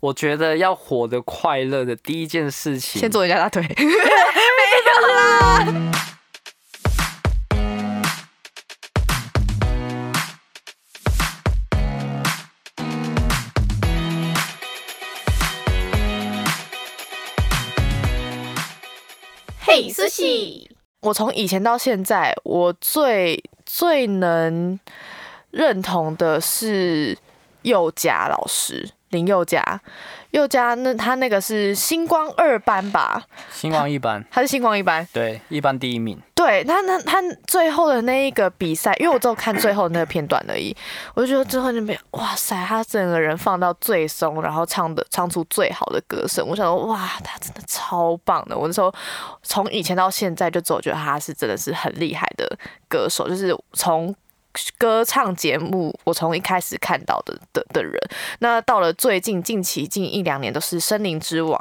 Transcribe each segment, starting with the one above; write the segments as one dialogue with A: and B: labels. A: 我觉得要活得快乐的第一件事情，
B: 先做人家大腿。
C: 嘿，苏西，
B: 我从以前到现在，我最最能认同的是佑嘉老师，林佑嘉。佑嘉那他那个是星光二班吧？
A: 星光一班，
B: 他是星光一班？
A: 对，一班第一名。
B: 对，他那他最后的那一个比赛，因为我只有看最后那个片段而已，我就觉得最后那边哇塞，他整个人放到最松，然后唱的唱出最好的歌声，我想说哇，他真的超棒的。我那时候从以前到现在就总觉得他是真的是很厉害的歌手，就是从。歌唱节目，我从一开始看到的的的人，那到了最近近期近一两年都是《森林之王》，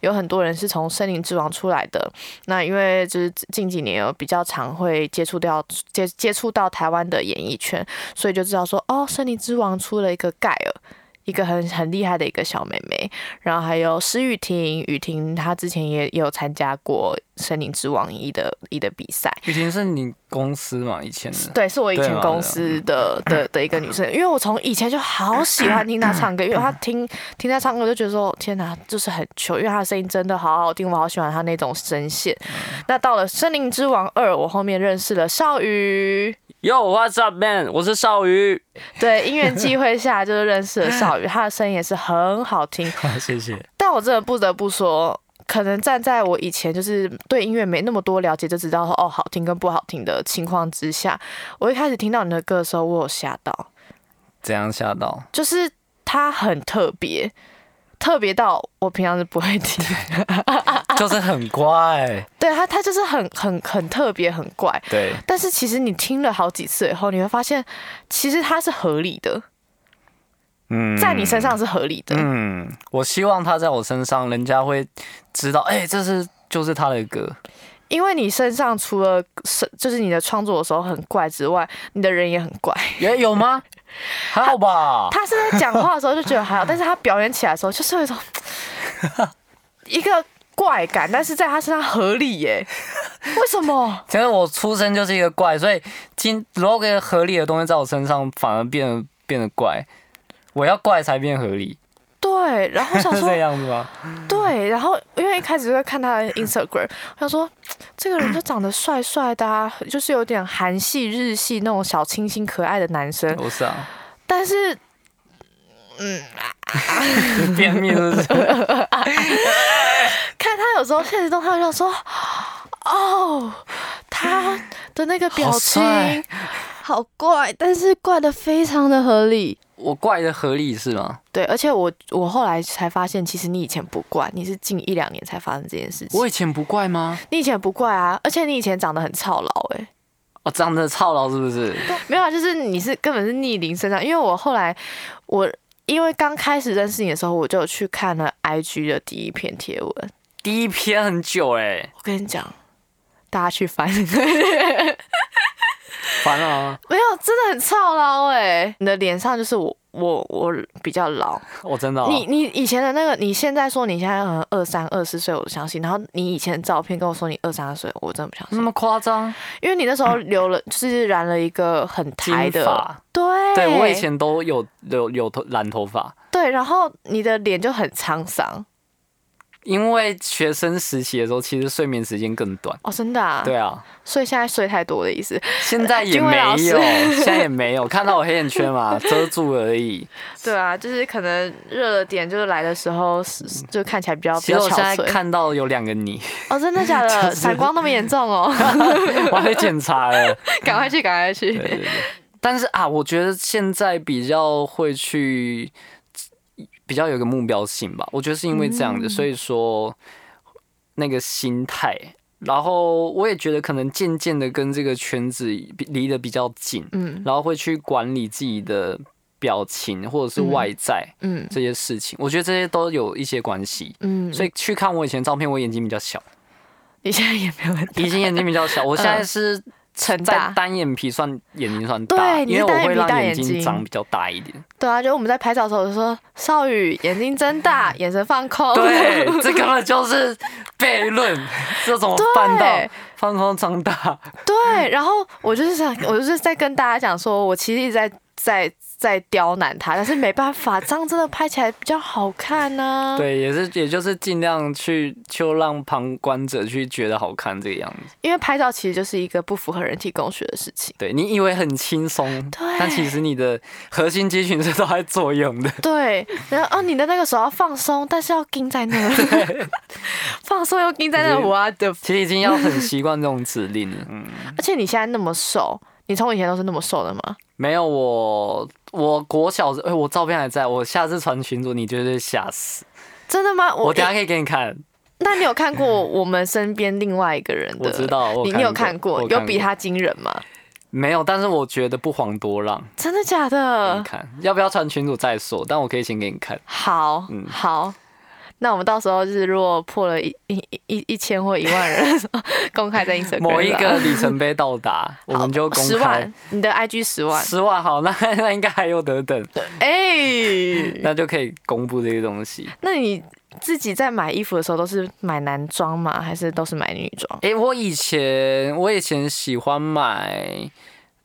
B: 有很多人是从《森林之王》出来的。那因为就是近几年有比较常会接触到接接触到台湾的演艺圈，所以就知道说哦，《森林之王》出了一个盖尔。一个很很厉害的一个小妹妹，然后还有施雨婷，雨婷她之前也也有参加过《森林之王》一的一的比赛，
A: 雨婷是你公司嘛？以前 的。
B: 对，是我以
A: 对啊嗯
B: 前
A: 嘛
B: 公司 的的的一个女生，因为我从以前就好喜欢听她唱歌，因为她听听她唱歌就觉得说，天哪，就是很球，因为她的声音真的好好听，我好喜欢她那种声线。
A: 嗯
B: 那到了《森林之王二》，我后面认识了少宇，
A: Yo，What's up, man？我是少宇。
B: 对，因缘际会下就是认识了少宇，她的声音也是很好听，
A: 谢谢。
B: 但我真的不得不说，可能站在我以前就是对音乐没那么多了解，就知道说哦好听跟不好听的情况之下，我一开始听到你的歌的时候，我有吓到，
A: 怎样吓到？
B: 就是它很特别，特别到我平常是不会听。
A: 就是很乖。
B: 对它，它就是很很很特别，很怪。
A: 对，
B: 但是其实你听了好几次以后，你会发现，其实它是合理的，
A: 嗯
B: 在你身。上是合理的。
A: 嗯，我希望他在我身上，人家会知道，哎、这是就是他的 歌。
B: 因为你身上除了是就是你的创作的时候很怪之外，你的人也很 怪。
A: 也有吗？还好吧。
B: 他是在讲话的时候就觉得还好，但是他表演起来的时候就是 有一种一个怪感，但是在他身上合 理耶、为什么？
A: 其实我出生就是一个怪，所以今如果给合理的东西在我身上，反而变得变得怪。我要怪才变合理，
B: 对，然后我想
A: 是
B: 说
A: 这，样子吗？
B: 对，然后因为一开始就在 看他的 Instagram，我想说这个人就长得帅帅的、啊， 就是有点韩系、日系那种小清新可爱的男生，
A: 不是啊，
B: 但是
A: 你便秘是不 是？
B: 看他有时候现实中，他就想说，哦，他的那个表
A: 好
B: 情
A: 帅
C: 好怪，但是怪的非常的合理。
A: 我怪的合理是 吗？
B: 对，而且我我后来才发现，其实你以前不怪，你是近一两年才发生这件事情。
A: 我以前不怪吗？
B: 你以前不怪啊，而且你以前长得很操劳哎、
A: 哦，长得操劳是不是？
B: 没有啊，就是你是根本是逆龄生长，因为我后来我因为刚开始认识你的时候，我就去看了 IG 的第一篇贴文，我
A: 第一篇很久哎、
B: 跟你讲，大家去 翻，
A: 烦啊！
B: 没有，真的很操劳哎、你的脸上就是我我我比较老，
A: 我真的、哦，
B: 你你以前的那个，你现在说你现在可能二三二四岁，我相信。然后你以前的照片跟我说你二三岁，我真的不相
A: 那
B: 信，
A: 么夸张？
B: 因为你那时候留了，就是染了一个很台
A: 金
B: 的，
A: 发，
B: 对，
A: 嗯对我以前都有有有头染头发，
B: 对，然后你的脸就很沧桑
A: 因为学生时期的时候，其实睡眠时间更短。
B: 哦，真的啊，
A: 对，啊，
B: 所以现在睡太多的 意思，
A: 现在也
B: 君威
A: 没
B: 老师
A: 有，现在也没有看到我黑眼圈 嘛，遮住而已。
B: 对啊，就是可能热的点就是来的时候是就看起来比较比
A: 其
B: 较
A: 实我现在
B: 憔悴
A: 看到有两个你，
B: 哦，真的假的？散光那么严重哦，
A: 我还检查了。
B: 赶快去，赶快去，
A: 对对对。但是啊，我觉得现在比较会去，比较有个目标性吧。我觉得是因为这样子，嗯所以说那个心态。然后我也觉得可能渐渐的跟这个圈子比离得比较近，
B: 嗯
A: 然后会去管理自己的表情或者是外在
B: 嗯
A: 这些事情。我觉得这些都有一些关系。
B: 嗯，
A: 所以去 看我以前的照片，我眼睛比较小，
B: 你现在也没问题，
A: 以前眼睛比较小，我现在是
B: 撑
A: 在
B: 嗯大。
A: 单眼皮算眼睛算大，
B: 对你
A: 因
B: 是
A: 为我会让
B: 单
A: 眼
B: 眼皮大眼睛
A: 睛长比较大一点。
B: 对啊，就我们在拍照的时候就说，少宇眼睛 睁大，眼神放空。
A: 对，这根本就是悖 论，这怎么办
B: 对
A: 到放空长大？
B: 对，然后我就是想，我就是在跟大家讲说，我其实一直在在在刁难他，但是没办法，这样真的拍起来比较好看啊呢、，
A: 对，也是，也就是尽量去就让旁观者去觉得好看这个样子。
B: 因为拍照其实就是一个不符合人体工学的事 情。
A: 对你以为很轻松，
B: 对
A: 但其实你的核心肌群是都在作用的。
B: 对，然后哦，你的那个手要放松，但是要盯在那， 放松又盯在那，
A: 就是
B: 我的，
A: 其实已经要很习惯这种指令了。嗯，
B: 而且你现在那么瘦，你从以前都是那么瘦的吗？
A: 没有我，我国小时，哎、我照片还在，我下次传群组，你绝对吓死。
B: 真的吗？
A: 我等一下
B: 哦诶
A: 可以给你看，
B: 那你有看过我们身边另外一个人的？
A: 我知道，我
B: 你你有
A: 看
B: 看过？
A: 我
B: 有比他惊人吗？
A: 没有？但是我觉得不遑多让。
B: 真的假
A: 给
B: 的
A: 你？看，要不要传群主再说？但我可以先给你看。
B: 好，
A: 嗯
B: 好，那我们到时候就是如果破了一一一一一千或一万人的 时候，公开在 Instagram
A: 某一
B: 上
A: 个里程碑到 达，我们就公
B: 十
A: 开
B: 万，你的 IG 十万，
A: 十万。好，那 那应该还有得等，
B: 哎、
A: 那就可以公布这些东西。
B: 那你自己在买衣服的时候都是买男装吗？还是都是买女装？
A: 诶，我以前我以前喜欢买，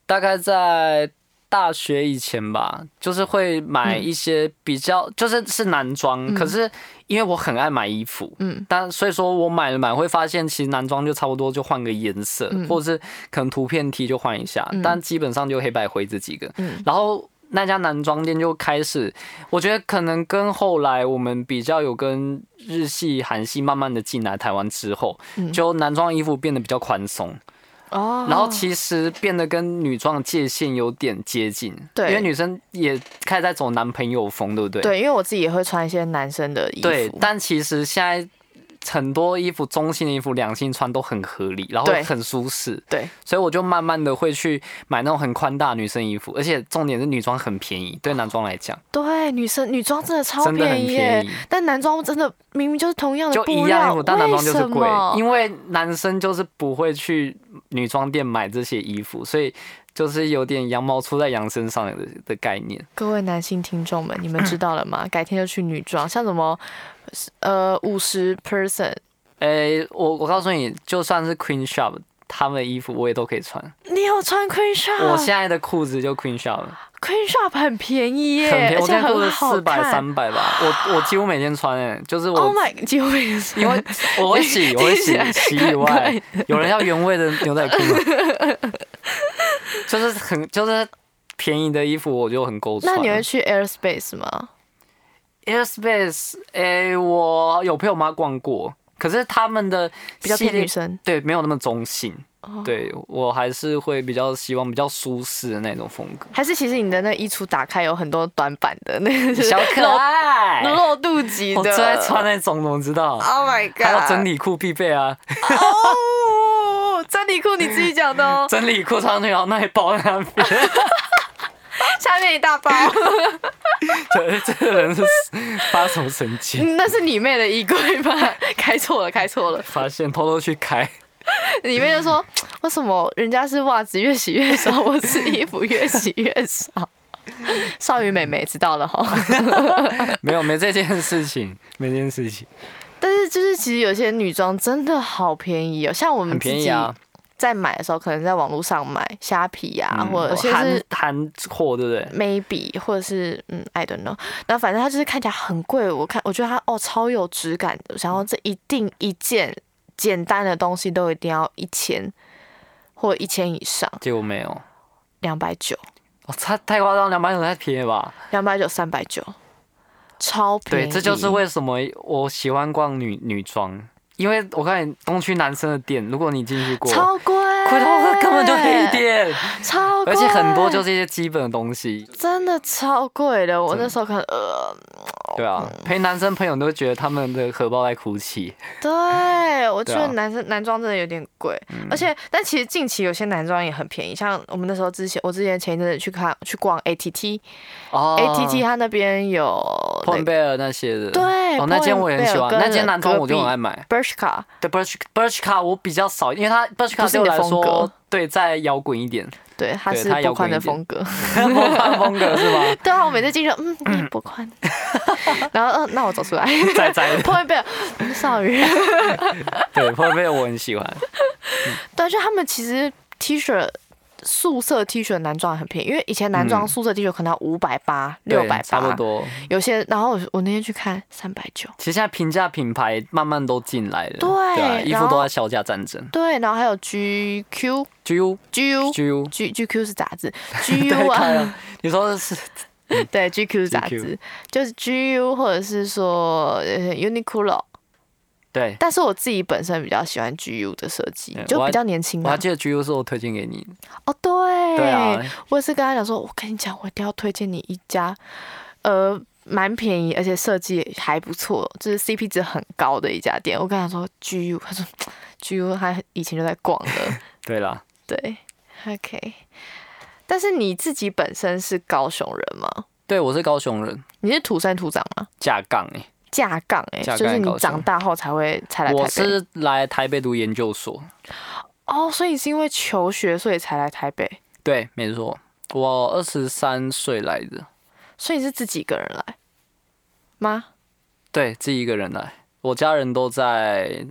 A: 大概在大学以前吧，就是会买一些比较，就是是男装，可是因为我很爱买衣服，
B: 嗯，
A: 但所以说我买了买会发现，其实男装就差不多就换个颜色，或者是可能图片 T 就换一下，但基本上就黑白灰这几个，
B: 嗯
A: 然后。那家男装店就开始，我觉得可能跟后来我们比较有跟日系、韩系慢慢的进来台湾之后，就男装衣服变得比较宽松，
B: 嗯哦
A: 然后其实变得跟女装的界限有点接近，
B: 对
A: 因为女生也开始在走男朋友风，对不对？
B: 对，因为我自己也会穿一些男生的衣服，
A: 对，但其实现在。很多衣服，中性的衣服，两性穿都很合理，然后
B: 对
A: 很舒适，
B: 对
A: 所以我就慢慢的会去买那种很宽大的女生衣服，而且重点是女装很便宜，对男装来讲
B: 对，女生女装真的超
A: 真的
B: 便
A: 很
B: 宜耶
A: 便，宜，
B: 但男装真的明明就是同样的
A: 就
B: 布
A: 一样
B: 料，
A: 衣服，但男装就是贵
B: 为什，么
A: 因为男生就是不会去女装店买这些衣服，所以就是有点羊毛出在羊身上的的概念。
B: 各位男性听众们，你们知道了吗？改天就去女装，像什么呃五十 percent，
A: 诶、我我告诉你，就算是 Queen Shop，他们的衣服我也都可以穿。
B: 你有穿 Queen
A: 我
B: Shop？Queen
A: 现在的裤子就 Queen Shop，了
B: Shop 很便宜耶，
A: 很便宜，
B: 而
A: 我
B: 且
A: 现在裤子
B: 很好
A: 四百
B: 看。
A: 三百吧，我我几乎每天穿诶、就是我。
B: Oh my，几乎也是
A: 因为 我会洗，我会
B: 听起
A: 洗
B: 来
A: 洗以外，有人要原味的牛仔裤吗？ 就是很就是便宜的衣服，我就很够穿
B: 那
A: 了。
B: 你会去 Airspace 吗？
A: Airspace？诶、我有陪我妈逛过，可是他们的
B: 比较
A: 系
B: 偏
A: 列
B: 女生，，
A: 对，没有那么中性。对我还是会比较希望比较舒适的那种风格
B: 还是其实你的那衣橱打开有很多短版的那个
A: 小可爱。
B: 露肚脐的？
A: 我最爱穿。那种，怎么知道？
B: Oh my
A: 还有
B: god！
A: 整理裤必备啊，
B: 哦，真理裤你自己讲的 哦，
A: 整理裤穿上去，然后那一包在那边，
B: 下面一大 包，
A: 对，这 个人是发什么神经？
B: 嗯那是你妹的衣柜吧？开错了，开错了。
A: 发现偷偷去开，
B: 里面就说为什么人家是袜子越洗越少，我是衣服越洗越少。 少女美眉知道了哈，
A: 没有没这件事情，没这件事 情，
B: 但是就是其实有些女装真的好便宜哦，像我
A: 很
B: 们自
A: 便宜
B: 己
A: 啊，
B: 在买的时候，可能在网络上买虾皮啊，
A: 嗯
B: 或者
A: 韩
B: 是
A: 韩货对不对？
B: 嗯 maybe 或者是嗯 I don't know，然后反正它就是看起来很贵，我看我觉得它哦超有质感的，然后这一定一件简单的东西都一定要一千或一千以上，
A: 结果没有，哦，
B: 两百九。
A: 太太夸张，两百九太便宜了吧？
B: 两百九、三百九，超便宜。
A: 对，这就是为什么我喜欢逛女女装，因为我看东区男生的店，如果你进去过，
B: 超贵，
A: 快到根本就黑，店，
B: 超贵，
A: 而且很多就是一些基本的东西，
B: 真的超贵的。我
A: 真的
B: 那时候看，呃，
A: 对啊，陪男生朋友都觉得他们的荷包在哭泣，
B: 对我觉
A: 对
B: 得
A: 啊嗯
B: 男生、男装真的有点贵，而且但其实近期有些男装也很便宜，像我们那时候之前，我之前前一阵子去看去逛 ATT，ATT、
A: 哦
B: ATT 它那边有
A: p o
B: 那
A: n
B: 个
A: b e r 那些的，
B: 对
A: 哦，那间我也很喜
B: Pull&Bear
A: 欢，
B: 跟
A: 那间男装我就很爱买。
B: Bershka，
A: 对 Bershka Bershka 我比较少，因为它 Bershka
B: 不是
A: 对
B: 你
A: 我
B: 的
A: 来
B: 风格
A: 说对，再摇滚一 点，
B: 对，他
A: 对
B: 是
A: 他摇
B: 博
A: 滚
B: 宽
A: 一
B: 的
A: 点
B: 风格。
A: 魔幻风格是吧？
B: 对啊，我每次进去，嗯，你也博宽，然后嗯，那我走出来，
A: 再再
B: 破贝尔，嗯少宇，
A: 对，会不会我很喜欢？
B: 对，就他们其实 T 恤。宿舍 T 恤男装很便宜，因为以前男装
A: 嗯
B: 宿舍 T 恤可能要五百八、
A: 对
B: 六百
A: 差不
B: 八，
A: 多。
B: 有些。然后我我那天去看三百九，
A: 其实现在平价品牌慢慢都进来了，
B: 对
A: 啊，衣
B: 然
A: 服
B: 后
A: 都在销价战争。
B: 对，然后还有 GQ、
A: GU
B: GU、
A: GU，
B: G GQ 是杂 志
A: 对
B: ，GU
A: 看
B: 啊，
A: 了你说的是
B: 对 GQ 是杂
A: GQ
B: 志，就是 GU 或者是说呃 Uniqlo，
A: 对，
B: 但是我自己本身比较喜欢 GU 的设计
A: 对，
B: 就
A: 嗯我还
B: 比较年轻
A: 我
B: 嘛
A: 还。记得 GU 是我推荐给你的，
B: 哦，对，
A: 对啊，
B: 我也是跟他讲说，我跟你讲，我一定要推荐你一家，呃，蛮便宜，而且设计还不错，就是 CP 值很高的一家店。我跟他说 GU，他说 GU 他以前就在逛了，
A: 对啦，
B: 对，OK。但是你自己本身是高雄人吗？
A: 对我是高雄人，
B: 你是土生土长吗？
A: 架杠哎、
B: 架杠哎、
A: 架杠
B: 就是
A: 高
B: 你
A: 雄
B: 长大后才会才来台
A: 我
B: 北
A: 是来台北读研究所，
B: 哦，所以你是因为求学所以才来台北，
A: 对，没错，我二十三岁来的，
B: 所以你是自己一个人来吗？
A: 对自己一个人来，我家人都在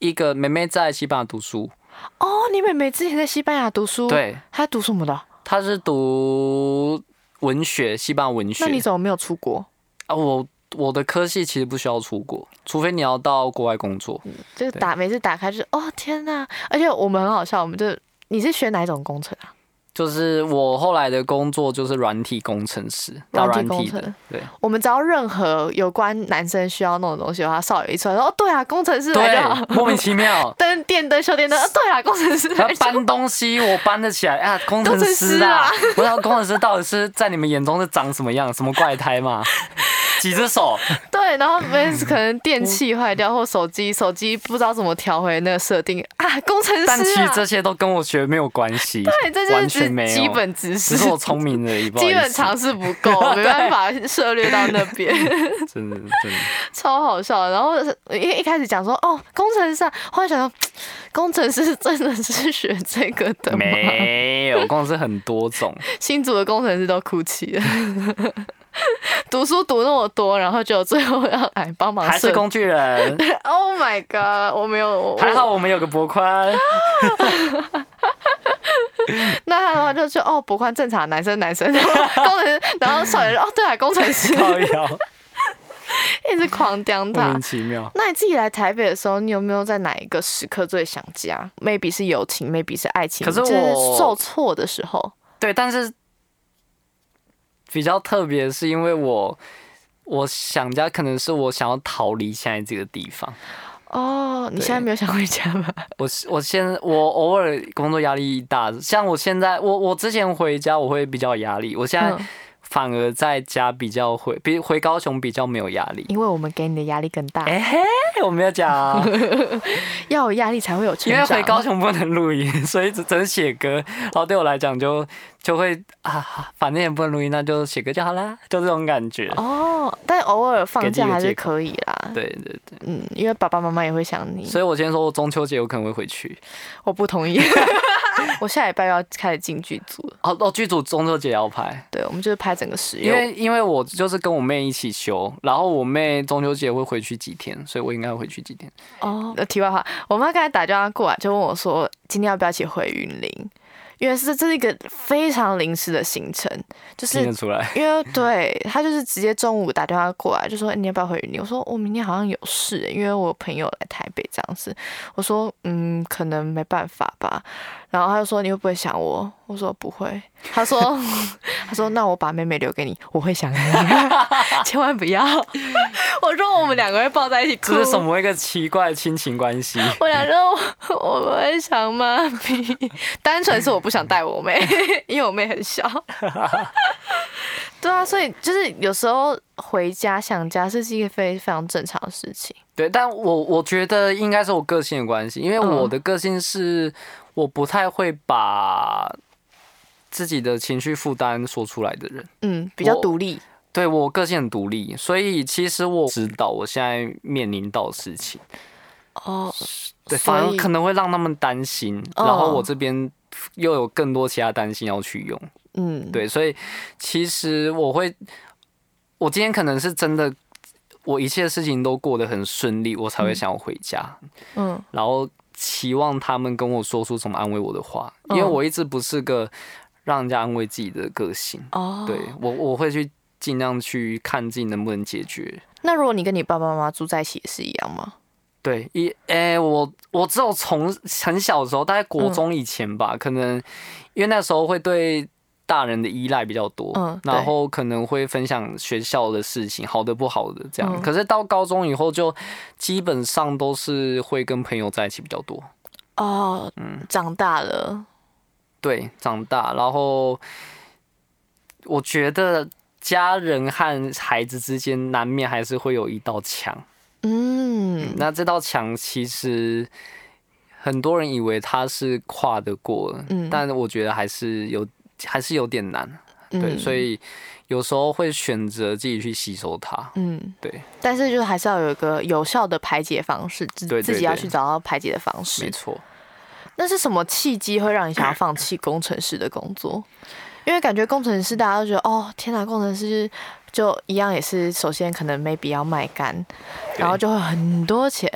A: 一个妹妹在西班牙读书，
B: 哦，你妹妹之前在西班牙读书，，
A: 对，
B: 她读什么的？
A: 她是读文学，西班牙文学
B: 那你怎么没有出国？
A: 啊，我我的科系其实不需要出国，除非你要到国外工作，
B: 就是
A: 对
B: 打每次打开就是哦天哪！而且我们很好笑，我们就你是学哪一种工程啊？
A: 就是我后来的工作就是软体工程师，到
B: 软
A: 软
B: 体
A: 体
B: 工
A: 的
B: 程，
A: 对
B: 我们只要任何有关男生需要弄的东西的话，少爷一出来说哦对啊，工程师来就好。
A: 对，。莫名其妙
B: 灯电灯修电灯，哦对啊，工程师
A: 他
B: 来就好。
A: 搬东西，我搬得起来啊！工程
B: 工程
A: 师
B: 师
A: 啊
B: 啊，
A: 我想工程师到底是在你们眼中是长什么样？什么怪胎 嘛？几只手？
B: 对，然后每次可能电器坏掉或手机，手机不知道怎么调回那个设定啊，工程
A: 但其
B: 师
A: 实
B: 啊，
A: 这些都跟我学没有关系，
B: 对，这就
A: 完
B: 是
A: 全没
B: 只基
A: 有，
B: 本知识
A: 只，是我聪明而已，不好
B: 基
A: 意
B: 本
A: 思，
B: 常识不够， 没办法涉猎到那边，
A: 真的真 的，
B: 超好笑的。然后一一开始讲说哦，工程师、啊，后来想到工程师 真的是学这个的吗？
A: 没有，工程师很多 种，
B: 新组的工程师都哭泣了。 读书读那么多，然后就最后要来帮忙
A: 还是
B: 设
A: 工具人，
B: Oh my god！我没有，我
A: 还好我们有个博 宽，
B: 那他的话就说哦，博宽正常，男生男生， 然后工程师，然后少爷哦，对啊，啊工程 师
A: 靠腰，
B: 一直狂刁
A: 莫
B: 他
A: 名。其妙。
B: 那你自己来台北的时候，你有没有在哪一个时刻最想家？maybe 是友情，maybe 是爱情，
A: 可是
B: 就是
A: 我
B: 受挫的时候，
A: 对，但是比较特别，是因为我我想家，可能是我想要逃离现在这个地方。
B: 哦，你
A: 对
B: 现在没有想回家吗？
A: 我我现我偶尔工作压力大，像我现在我我之前回家我会比较有压力，我现在
B: 嗯
A: 反而在家比较会，比回高雄比较没有压力。
B: 因为我们给你的压力更大，
A: 哎、嘿，我没有讲 啊、
B: 要有压力才会有成
A: 因
B: 长。
A: 为回高雄不能录音，所以只只能写歌。然后对我来讲就就会啊，反正也不能录音，那就写歌就好啦，就这种感觉。
B: 哦，但偶尔放假还是可以啦。
A: 对对对，
B: 嗯，因为爸爸妈妈也会想你。
A: 所以我今天说我中秋节有可能会回去。
B: 我不同意。 我下礼拜要开始进剧组了。
A: 哦哦，剧组中秋节要拍，
B: 对，我们就是拍整个十
A: 因
B: 月。
A: 为因为我就是跟我妹一起休，然后我妹中秋节会回去几天，所以我应该回去几天。
B: 哦，那题外话，我妈刚才打电话过来，就问我说，今天要不要一起回云林？因为是这是一个非常临时的行程，就
A: 听
B: 是
A: 得出来，
B: 因为对她就是直接中午打电话过来，就说你要不要回云林？我说我明天好像有事、欸因为我朋友来台北这样子。我说嗯，可能没办法吧。然后她就说你会不会想我？我说不会。她说 她说那我把妹妹留给你，我会想你， 千万不要。 我说我们两个会抱在一起哭。
A: 这是什么一个奇怪的亲情关系？
B: 我想说我，我 们会想妈咪， 单纯是我不想带我妹， 因为我妹很小。 对啊，所以就是有时候回家想家，这是一个非非常正常的事情。
A: 对，但我我觉得应该是我个性的关系，因为
B: 嗯
A: 我的个性是我不太会把自己的情绪负担说出来的人。
B: 嗯，比较
A: 我
B: 独立。
A: 对我个性很独立，所以其实我知道我现在面临到的事情，
B: 哦，
A: 对，
B: 所
A: 反而
B: 以
A: 可能会让他们担心，
B: 嗯
A: 然后我这边又有更多其他担心要去用。
B: 嗯，
A: 对，所以其实我会，我今天可能是真的，我一切事情都过得很顺利，我才会想要回家，
B: 嗯
A: 然后期望他们跟我说出什么安慰我的话，因为
B: 嗯
A: 我一直不是个让人家安慰自己的个性。
B: 哦，
A: 对我，我会去尽量去看自己能不能解决。
B: 那如果你跟你爸爸妈妈住在一起也是一样吗？
A: 对，一诶、我我只有从很小的时候，大概国
B: 嗯
A: 中以前吧，可能因为那时候会对大人的依赖比较多，
B: 嗯对
A: 然后可能会分享学校的事情，好的不好的这样。
B: 嗯
A: 可是到高中以后，就基本上都是会跟朋友在一起比较多。
B: 哦，长大了，
A: 对，长大，然后我觉得家人和孩子之间难免还是会有一道墙。
B: 嗯，
A: 那这道墙其实很多人以为它是跨得过的，
B: 嗯
A: 但我觉得还是有还是有点难，对，
B: 嗯
A: 所以有时候会选择自己去吸收它，
B: 嗯，
A: 对，
B: 但是就是还是要有一个有效的排解方式，自
A: 对对
B: 自己要
A: 对
B: 去找到排解的方
A: 没
B: 式。
A: 错。
B: 那是什么契机会让你想要放弃工程师的工 作？因为感觉工程师大家都觉得哦，天哪，工程师就一样也是，首先可能 maybe 要卖干，然后就会很多钱，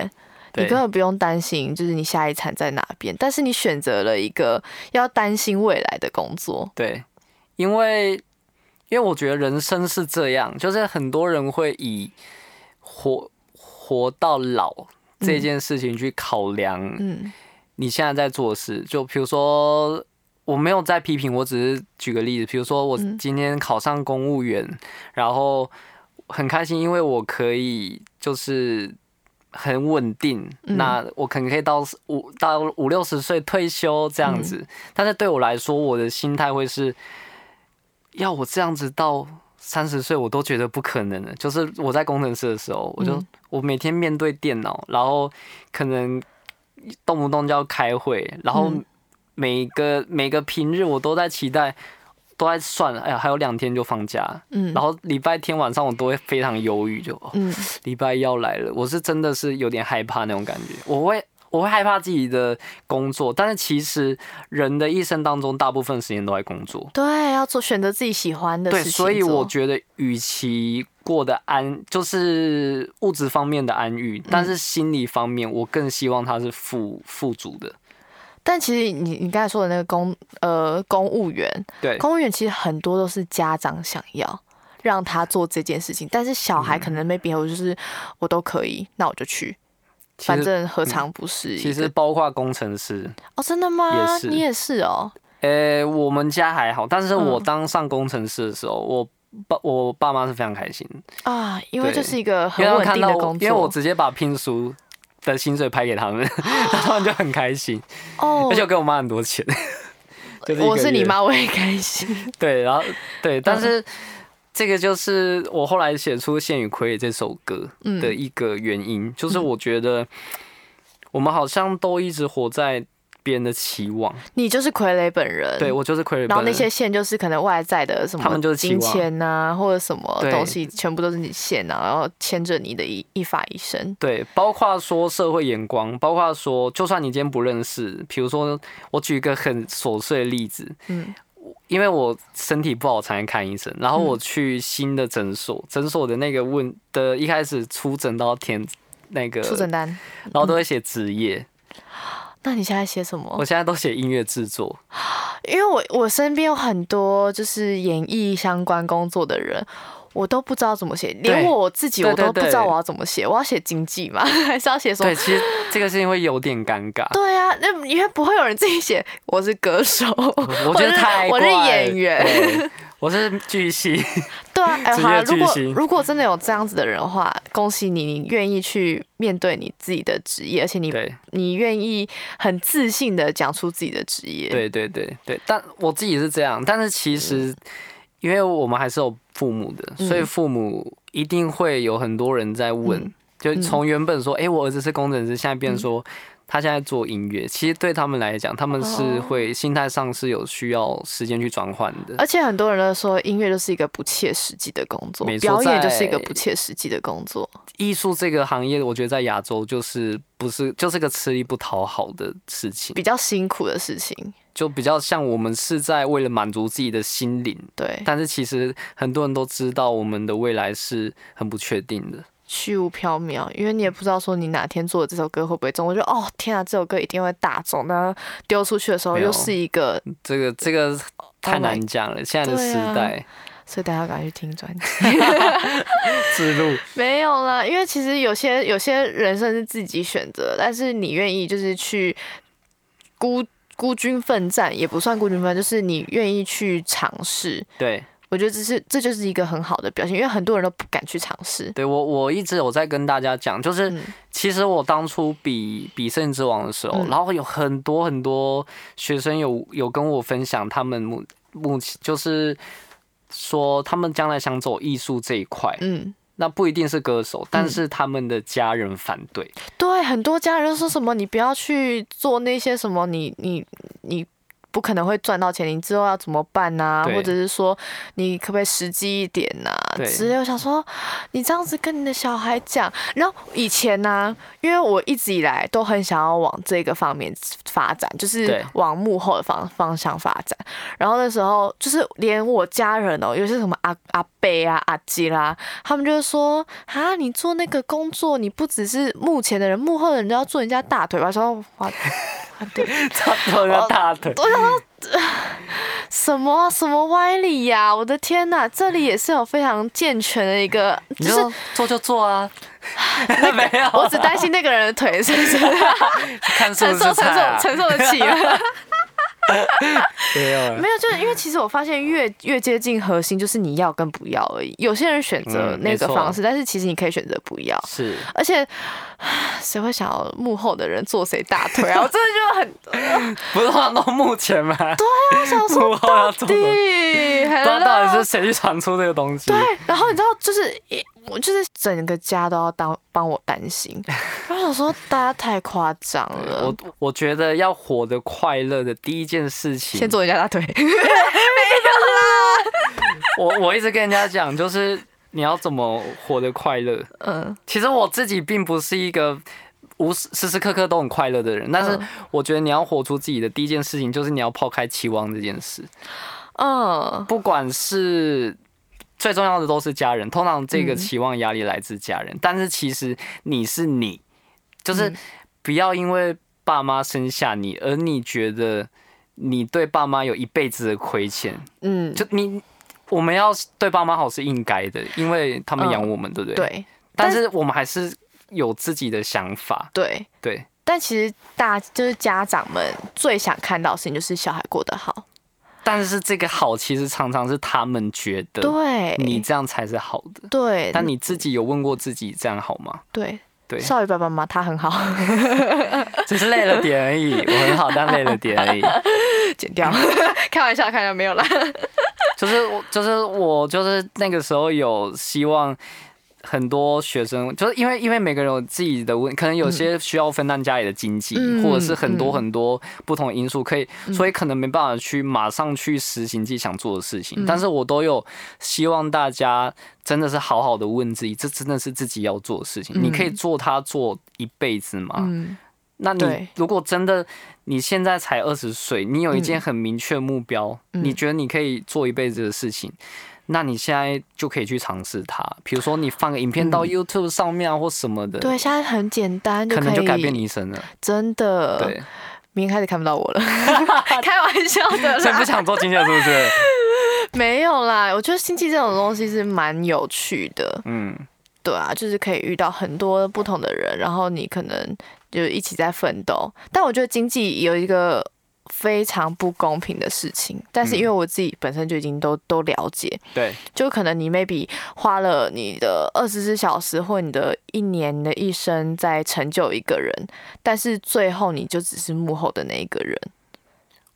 B: 你
A: 对
B: 根本不用担心，就是你下一餐在哪边。但是你选择了一个要担心未来的工作，
A: 对，因为因为我觉得人生是这样，就是很多人会以活活到老这件事情去考量
B: 嗯
A: 你现在在做的事，就比如说，我没有在批评，我只是举个例子，比如说我
B: 嗯
A: 今天考上公务员，然后很开心，因为我可以就是很稳定，
B: 嗯
A: 那我可能可以到五到五六十岁退休这样
B: 嗯
A: 子，但是对我来说，我的心态会是，要我这样子到。三十岁我都觉得不可能了，就是我在工程师的时候，我就、
B: 嗯
A: 我每天面对电脑，然后可能动不动就要开会，然后
B: 嗯
A: 每个、每个平日我都在期待，都在算，哎呀，还有两天就放假，
B: 嗯，
A: 然后礼拜天晚上我都会非常忧郁，就哦
B: 嗯
A: 礼、拜一要来了，我是真的是有点害怕那种感觉，我会。我会害怕自己的工作，但是其实人的一生当中，大部分时间都在工作。
B: 对，要做选择自己喜欢的事
A: 对，
B: 情做。
A: 所以我觉得，与其过得安，就是物质方面的安逸，但
B: 嗯
A: 是心理方面，我更希望它是富富足的。
B: 但其实你你刚才说的那个公呃公务员，
A: 对，
B: 公务员其实很多都是家长想要让他做这件事情，但是小孩
A: 嗯
B: 可能 maybe 我就是我都可以，那我就去，
A: 其
B: 反
A: 实嗯
B: 正何尝不是一个？
A: 其实包括工程师，
B: 哦，真的吗？
A: 也是
B: 你也是哦，
A: 呃、我们家还好，但是我
B: 嗯
A: 当上工程师的时候，我爸我爸妈是非常开心，
B: 啊，因为
A: 对
B: 就是一个
A: 因为他们
B: 很稳
A: 看
B: 定
A: 到
B: 的
A: 我，
B: 工
A: 因为我
B: 作
A: 直接把聘书的薪水拍给他们， 他们就很开心，
B: 哦
A: 而。且我给我妈很多钱。 就是一个
B: 我是你
A: 月
B: 妈，我也开心。
A: 对，然后对，
B: 嗯
A: 但是这个就是我后来写出《献与傀儡》这首歌
B: 嗯
A: 的一个原因，就是我觉得我们好像都一直活在别人的期望，
B: 你就是傀儡本人，
A: 对我就是傀儡本人。
B: 嗯然后那些线就是可能外在的什么，
A: 他们就是期
B: 金
A: 望
B: 钱呐、或者什么
A: 对
B: 东西，全部都是你线啊，然后牵着你的一一发一生。
A: 对，包括说社会眼光，包括说，就算你今天不认识，比如说，我举一个很琐碎的例子，
B: 嗯
A: 因为我身体不好才能看医生，然后
B: 嗯
A: 我去新的诊所，诊所的那个问的，一开始出诊都要填那个
B: 出诊单。
A: 然后都会写职业，
B: 那你现在写什
A: 我
B: 么？
A: 现在都写音乐制作，
B: 哦因为我我身边有很多就是演艺相关工作的人，我都不知道怎么写，连我自己
A: 对
B: 我
A: 对
B: 都不知道
A: 对
B: 我要怎么写。我要写经济吗？ 还是要写什么
A: 对，？其实这个事情会有点尴尬，
B: 对啊，那因为不会有人自己写，我是歌 手，
A: 我觉得
B: 是
A: 太
B: 我是
A: 怪
B: 演员，
A: 对我是巨星，
B: 对啊，哎、
A: 职
B: 好啦
A: 业
B: 如
A: 巨
B: 果
A: 星
B: 如果真的有这样子的人的话，恭喜你，你愿意去面对你自己的职业，而且 你
A: 对。
B: 你愿意很自信的讲出自己的职业。，
A: 对对对对，但我自己是这样，但是其实因为我们还是有父母的，所以
B: 嗯
A: 父母一定会有很多人在问
B: 嗯
A: 就从原本说，哎、我儿子是工程师，现在变成说他现在做音乐，其实对他们来讲，他们是
B: 哦
A: 会心态上是有需要时间去转换的。
B: 而且很多人都说音乐就是一个不切实际的工作
A: 没，错
B: 表演就是一个
A: 在
B: 不切实际的工作。
A: 艺术这个行业，我觉得在亚洲就是不是就是个吃力不讨好的事情
B: 比，较辛苦的事情。
A: 就比较像我们是在为了满足自己的心灵，
B: 对，
A: 但是其实很多人都知道我们的未来是很不确定的。
B: 虚无缥缈，因为你也不知道说你哪天做的这首歌会不会中。我觉得哦，天啊，这首歌一定会大众，那丢出去的时候
A: 没有
B: 又是一个，
A: 这个这个太
B: my-
A: 难讲了，现在的
B: 对
A: 时
B: 啊
A: 代
B: 所以大家赶快去听专辑。
A: 自路
B: 没有啦，因为其实有些有些人生是自己选择，但是你愿意就是去孤孤军奋战，也不算孤军奋战，就是你愿意去尝试。
A: 对。
B: 我觉得这是这就是一个很好的表现，因为很多人都不敢去尝试。
A: 对我，我一直有在跟大家讲，就是
B: 嗯
A: 其实我当初比比圣之王的时候，
B: 嗯
A: 然后有很多很多学生有有跟我分享他们目目前就是说他们将来想走艺术这一块，
B: 嗯，
A: 那不一定是歌手，但是他们的家人反对，
B: 对，很多家人都说什么你不要去做那些什么你你你不可能会赚到钱，你之后要怎么办呐、
A: 对
B: 或者是说你可不可以实际一点呐、
A: 对
B: 之类。我想说，你这样子跟你的小孩讲，然后以前啊呢、因为我一直以来都很想要往这个方面发展，就是
A: 对
B: 往幕后的方方向发展。然后那时候就是连我家人哦，有些什么阿阿伯啊、阿基啦，他们就会说啊，你做那个工作，你不只是幕前的人，幕后的人都要做人家大腿吧？我说哇，对，
A: 他们要大
B: 哦
A: 腿，
B: 什么啊什么歪理呀、我的天呐，这里也是有非常健全的一个，
A: 你
B: 就是
A: 就做就做 啊，没有，啊
B: 我只担心那个人的腿是不是
A: 看是不
B: 承受
A: 是
B: 承
A: 菜啊
B: 受，承受得起 吗？
A: 没有啊
B: 没有，就是因为其实我发现越越接近核心，就是你要跟不要而已。有些人选择
A: 嗯
B: 那
A: 没
B: 个
A: 错
B: 方式，但是其实你可以选择不要。
A: 是。
B: 而且，唉谁会想要幕后的人做谁大腿啊？我真的就很
A: 不是放到目前吗？
B: 我想说，
A: 幕后要做的， 不
B: 到
A: 知
B: 底
A: 道到底
B: hello
A: 是谁去传出这个东西？
B: 对，啊然后你知道，就是一我就是整个家都要当帮我担 心。然后我想说，大家太夸张了
A: 我，我觉得要活得快乐的第一件事情，
B: 先做人家 大腿。
A: 我我一直跟人家讲，就是你要怎么活得快乐。
B: 嗯，
A: 其实我自己并不是一个无时时时刻刻都很快乐的人，但是
B: 嗯
A: 我觉得你要活出自己的第一件事情，就是你要抛开期望这件事，
B: 嗯，
A: 不管是。最重要的都是家人，通常这个
B: 嗯
A: 期望压力来自家人，但是其实你是你，就是
B: 嗯
A: 不要因为爸妈生下你，而你觉得你对爸妈有一辈子的亏欠，
B: 嗯，
A: 就你，我们要对爸妈好是应该的，因为他们养我们，对不对？。
B: 对
A: 但是我们还是有自己的想法，
B: 对。
A: 对，
B: 但其实大就是家长们最想看到的事情就是小孩过得好，
A: 但是这个好其实常常是他们觉得
B: 对，
A: 你这样才是好的，
B: 对，
A: 但你自己有问过自己这样好吗？
B: 对
A: 对，
B: 少宇爸爸妈妈他很好，
A: 只是累了点而已，我很好，但累了点而已。
B: 剪 掉，开玩笑，开玩笑，没有啦。
A: 就是我，就是我，就是那个时候有希望很多学生，就是因为因为每个人有自己的问，可能有些需要分担家里的经济，
B: 嗯
A: 或者是很多
B: 嗯
A: 很多不同的因素，可以，所以可能没办法去马上去实行自己想做的事
B: 嗯
A: 情。但是我都有希望大家真的是好好的问自己，这真的是自己要做的事情，你可以做它做一辈子吗？
B: 嗯，
A: 那你
B: 对
A: 如果真的你现在才二十岁，你有一件很明确目标，
B: 嗯
A: 你觉得你可以做一辈子的事情，那你现在就可以去尝试它。比如说你放个影片到 YouTube 上面啊，或什么的，
B: 嗯对，现在很简单，
A: 可能
B: 就
A: 就
B: 可以呃
A: 改变，你一生了。
B: 真的。，
A: 对，
B: 明天开始看不到我 了，开玩笑的
A: 所以
B: 啦
A: 不，想做经济了是不 是？
B: 没有啦。我觉得星际这种东西是蛮有趣的，
A: 嗯，
B: 对啊，就是可以遇到很多不同的人，然后你可能就一起在奋斗。但我觉得经济有一个非常不公平的事情，但是因为
A: 嗯
B: 我自己本身就已经都都了解，
A: 对，
B: 就可能你 maybe 花了你的二十四小时或你的一年、你的一生在成就一个人，但是最后你就只是幕后的那一个人。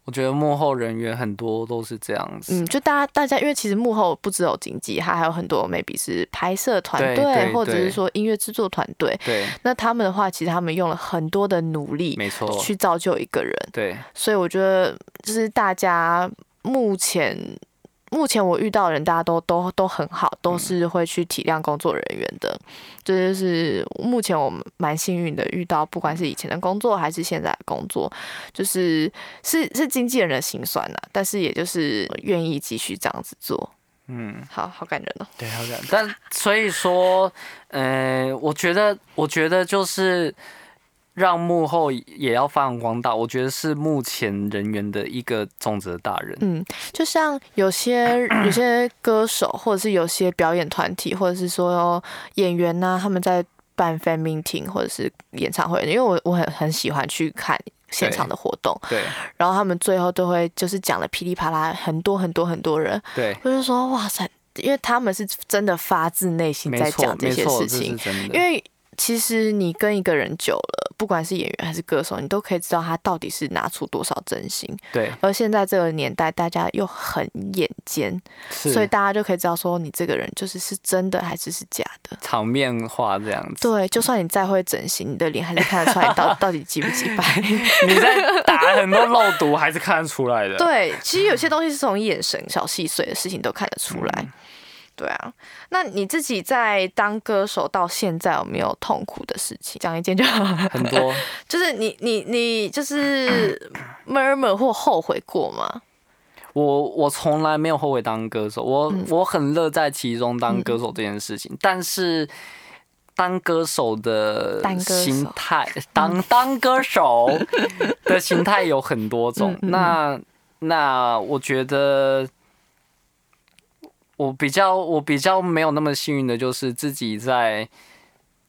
A: 我觉得幕后人员很多都是这样子。
B: 嗯，就大家大家，因为其实幕后不只有经纪，它还有很多 maybe 是拍摄团
A: 对对
B: 队，或者
A: 对
B: 是说音乐制作团队。
A: 对，
B: 那他们的话，其实他们用了很多的努力
A: 没错，
B: 去造就一个人，
A: 对，
B: 所以我觉得就是大家目前目前我遇到的人，大家都都都很好，
A: 嗯
B: 都是会去体谅工作人员的。这就是目前我们蛮幸运的遇到，不管是以前的工作还是现在的工作，就是是是经纪人的心酸呐、但是也就是愿意继续这样子做。
A: 嗯，
B: 好好感人哦，
A: 对，好感。但所以说，呃，我觉得，我觉得就是让幕后也要发扬光大，我觉得是目前人员的一个重责大人。
B: 嗯，就像有些有些歌手，或者是有些表演团体，或者是说演员呐、他们在办 fan meeting 或者是演唱会，因为我我很很喜欢去看现场的活动，
A: 对
B: 然后他们最后都会就是讲的噼里啪啦，很多很多很多人，
A: 对，
B: 我就说哇塞，因为他们是真的发自内心
A: 没
B: 在
A: 错
B: 讲，这
A: 没
B: 些
A: 错，
B: 事
A: 这是
B: 情，
A: 真的。
B: 因为其实你跟一个人久了，不管是演员还是歌手，你都可以知道他到底是拿出多少真心。
A: 对，
B: 而现在这个年代，大家又很眼尖，
A: 是
B: 所以大家就可以知道说你这个人就是是真的还是是假的。
A: 场面化这样子。
B: 对，就算你再会整形，你的脸还是看得出来你到到底几不几白。
A: 你在打很多漏毒，还是看得出来 的。
B: 对，其实有些东西是从眼神、小细碎的事情都看得出来。对啊，那你自己在当歌手到现在有没有痛苦的事情？讲一件就好了。
A: 很多
B: 就是你你你就是 murmur 或后悔过吗？
A: 我我从来没有后悔当歌手，我、
B: 嗯
A: 我很乐在其中当歌手这件事情，但是。当歌手的
B: 当歌手嗯
A: 心态，当当歌手的心态有很
B: 嗯
A: 多种。那那我觉得，我比较我比较没有那么幸运的，就是自己在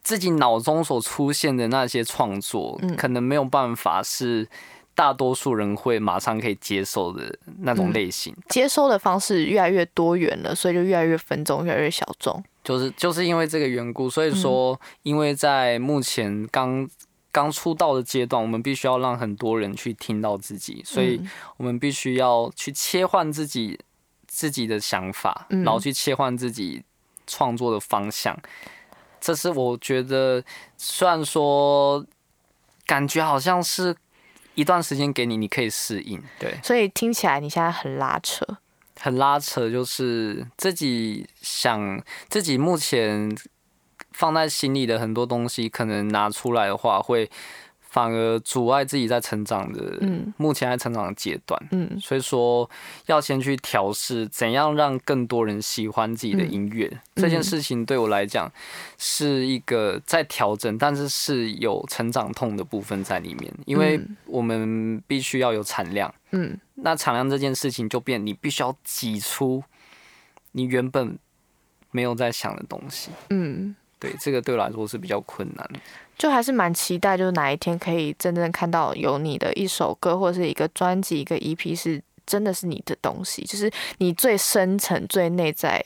A: 自己脑中所出现的那些创作，
B: 嗯
A: 可能没有办法是大多数人会马上可以接受的那种类型。
B: 接收的方式越来越多元了，所以就越来越分众，越来越小众。
A: 就是就是因为这个缘故，所以说，因为在目前刚刚出道的阶段，我们必须要让很多人去听到自己，所以我们必须要去切换自己自己的想法，
B: 嗯
A: 然后去切换自己创作的方向。这是我觉得，虽然说感觉好像是一段时间给你，你可以适应，对，
B: 所以听起来你现在很拉扯，
A: 很拉扯，就是自己想自己目前放在心里的很多东西，可能拿出来的话，会反而阻碍自己在成长的，
B: 嗯
A: 目前在成长的阶段。
B: 嗯
A: 所以说，要先去调试怎样让更多人喜欢自己的音乐、这件事情，对我来讲是一个在调整，但是是有成长痛的部分在里面，因为我们必须要有产量。
B: 嗯，
A: 那产量这件事情就变，你必须要挤出你原本没有在想的东西。
B: 嗯，
A: 对，这个对我来说是比较困难的。
B: 就还是蛮期待，就是哪一天可以真正看到有你的一首歌或者是一个专辑、一个 EP 是真的是你的东西，就是你最深层、最内在、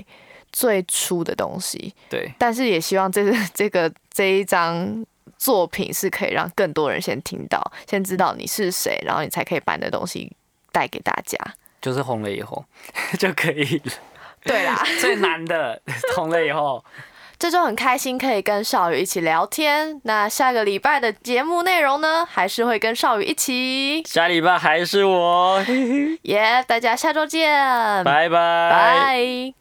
B: 最初的东西。
A: 对，
B: 但是也希望这个这个这一张作品是可以让更多人先听到，先知道你是谁，然后你才可以把你的东西带给大家。
A: 就是红了以后 就可以了。
B: 对啦，
A: 最难的 红了以后，
B: 这周很开心可以跟少宇一起聊天。那下个礼拜的节目内容呢，还是会跟少宇一起。
A: 下礼拜还是我，
B: 耶、大家下周见，
A: 拜拜。
B: 拜。